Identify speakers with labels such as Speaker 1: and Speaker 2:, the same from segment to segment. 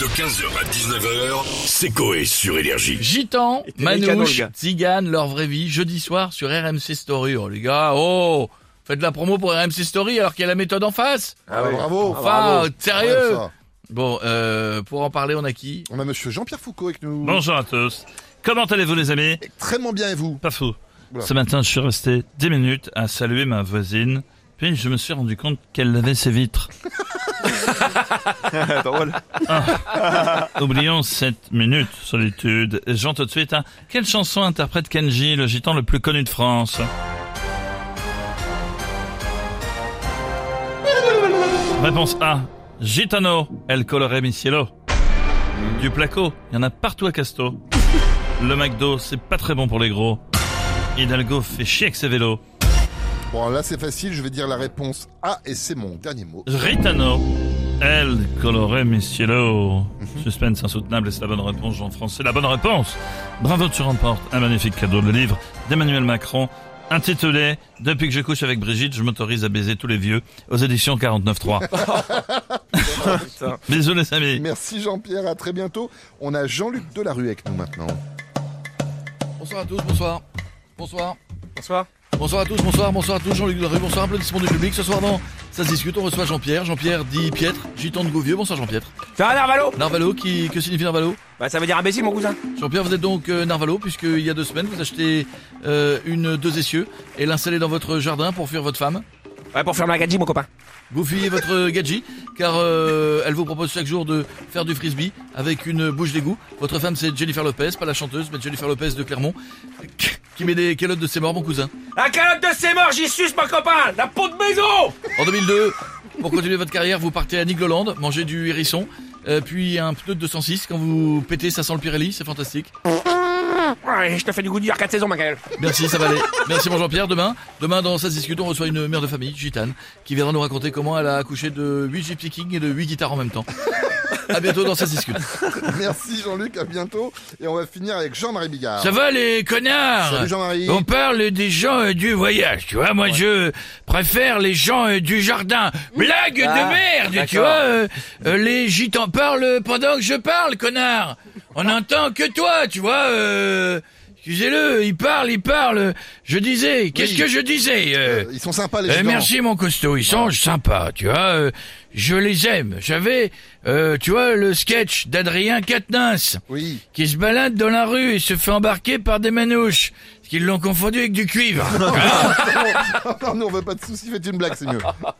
Speaker 1: De 15h à 19h, c'est Coé sur Énergie.
Speaker 2: Gitan,
Speaker 3: Et t'es mécano, le
Speaker 2: Manouche,
Speaker 3: gars.
Speaker 2: Tzigane, leur vraie vie, jeudi soir sur RMC Story. Oh les gars, oh Faites de la promo pour RMC Story alors qu'il y a la méthode en face
Speaker 4: Ah,
Speaker 3: oui.
Speaker 4: bravo. Ah,
Speaker 2: Enfin, euh, sérieux
Speaker 4: Ouais, ça.
Speaker 2: Bon, euh, pour en parler, on a qui
Speaker 4: On a monsieur Jean-Pierre Foucault avec nous.
Speaker 5: Bonjour à tous. Comment allez-vous les amis
Speaker 4: Extrêmement bien et vous
Speaker 5: Pas fou.
Speaker 4: Oula.
Speaker 5: Ce matin, je suis resté 10 minutes à saluer ma voisine, puis je me suis rendu compte qu'elle lavait ses vitres.
Speaker 3: Drôle.
Speaker 5: Oublions cette minute solitude. Et Jean, tout de suite, hein. quelle chanson interprète Kenji, le gitan le plus connu de France Réponse A. Gitano, El Colore Mi Cielo. Du placo, il y en a partout à Casto. Le McDo, c'est pas très bon pour les gros. Hidalgo fait chier avec ses vélos.
Speaker 4: Bon, là c'est facile, je vais dire la réponse A et c'est mon dernier mot.
Speaker 5: Ritano. El coloré mi cielo. Suspense insoutenable et c'est la bonne réponse, Jean français. La bonne réponse. Bravo, tu remportes un magnifique cadeau, le livre d'Emmanuel Macron, intitulé Depuis que je couche avec Brigitte, je m'autorise à baiser tous les vieux aux éditions 49.3. Bisous les amis.
Speaker 4: Merci Jean-Pierre, à très bientôt. On a Jean-Luc Delarue avec nous maintenant.
Speaker 2: Bonsoir à tous, bonsoir. Bonsoir.
Speaker 3: Bonsoir.
Speaker 2: Bonsoir à tous, bonsoir, bonsoir à tous, Jean-Luc Delarue, bonsoir, applaudissements du public. Ce soir dans Ça se discute, on reçoit Jean-Pierre, Jean-Pierre dit Piètre, gitan de Gouvieux, bonsoir Jean-Pierre.
Speaker 3: Ça va, Narvalo
Speaker 2: Narvalo, qui, que signifie Narvalo
Speaker 3: Bah, ça veut dire imbécile, mon cousin.
Speaker 2: Jean-Pierre, vous êtes donc euh, Narvalo, puisqu'il y a deux semaines, vous achetez euh, une deux essieux et l'installez dans votre jardin pour fuir votre femme.
Speaker 3: Ouais, pour faire ma gadji, mon copain.
Speaker 2: Vous fuyez votre gadji car euh, elle vous propose chaque jour de faire du frisbee avec une bouche d'égout. Votre femme c'est Jennifer Lopez, pas la chanteuse, mais Jennifer Lopez de Clermont, qui met des calottes de ses morts, mon cousin.
Speaker 3: La calotte de ses morts, j'y suce, mon copain. La peau de maison.
Speaker 2: En 2002, pour continuer votre carrière, vous partez à Nigloland, manger du hérisson, euh, puis un pneu de 206. Quand vous pétez, ça sent le Pirelli, c'est fantastique.
Speaker 3: Ouais, je te fais du goût de dire 4 saisons, ma gueule.
Speaker 2: Merci, ça va aller. Merci, mon Jean-Pierre. Demain, demain, dans Ça se discute, on reçoit une mère de famille, gitane, qui viendra nous raconter comment elle a accouché de 8 gypsy kings et de 8 guitares en même temps. À bientôt dans Ça se discute.
Speaker 4: Merci Jean-Luc, à bientôt. Et on va finir avec Jean-Marie Bigard.
Speaker 2: Ça va les connards
Speaker 4: Salut Jean-Marie.
Speaker 2: On parle des gens euh, du voyage, tu vois. Moi, je préfère les gens euh, du jardin. Blague
Speaker 4: Ah,
Speaker 2: de merde, tu vois. euh, euh, les gitans parlent pendant que je parle, connard. On
Speaker 4: Ah.
Speaker 2: n'entend que toi, tu vois. euh, Excusez-le, il parle, il parle. Je disais, qu'est-ce
Speaker 4: Oui.
Speaker 2: que je disais euh,
Speaker 4: Euh, Ils sont sympas les
Speaker 2: euh,
Speaker 4: gens.
Speaker 2: merci mon costaud, ils sont sympas, tu vois. euh, je les aime. J'avais, euh, tu vois, le sketch d'Adrien Quatennens
Speaker 4: Oui.
Speaker 2: qui se balade dans la rue et se fait embarquer par des manouches. Parce qu'ils l'ont confondu avec du cuivre.
Speaker 4: non, nous on veut pas de soucis, faites une blague, c'est mieux.
Speaker 2: Ah,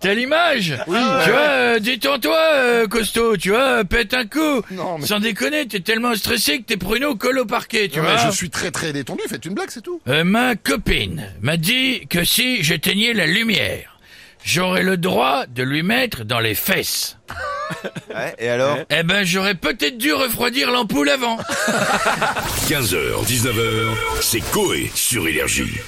Speaker 2: T'as l'image
Speaker 3: Ah
Speaker 2: Tu vois, euh, détends-toi, euh, costaud, tu vois, euh, pète un coup.
Speaker 4: Non, mais-
Speaker 2: Sans déconner, t'es tellement stressé que tes pruneaux collent au parquet, tu
Speaker 3: Ah.
Speaker 4: Non, mais
Speaker 2: vois.
Speaker 4: je suis très très détendu, faites une blague, c'est tout.
Speaker 2: Euh, ma copine m'a dit que si j'éteignais la lumière, j'aurais le droit de lui mettre dans les fesses.
Speaker 3: Ouais, et alors
Speaker 2: Eh ben, j'aurais peut-être dû refroidir l'ampoule avant.
Speaker 1: 15h, 19h, c'est Coé sur Énergie.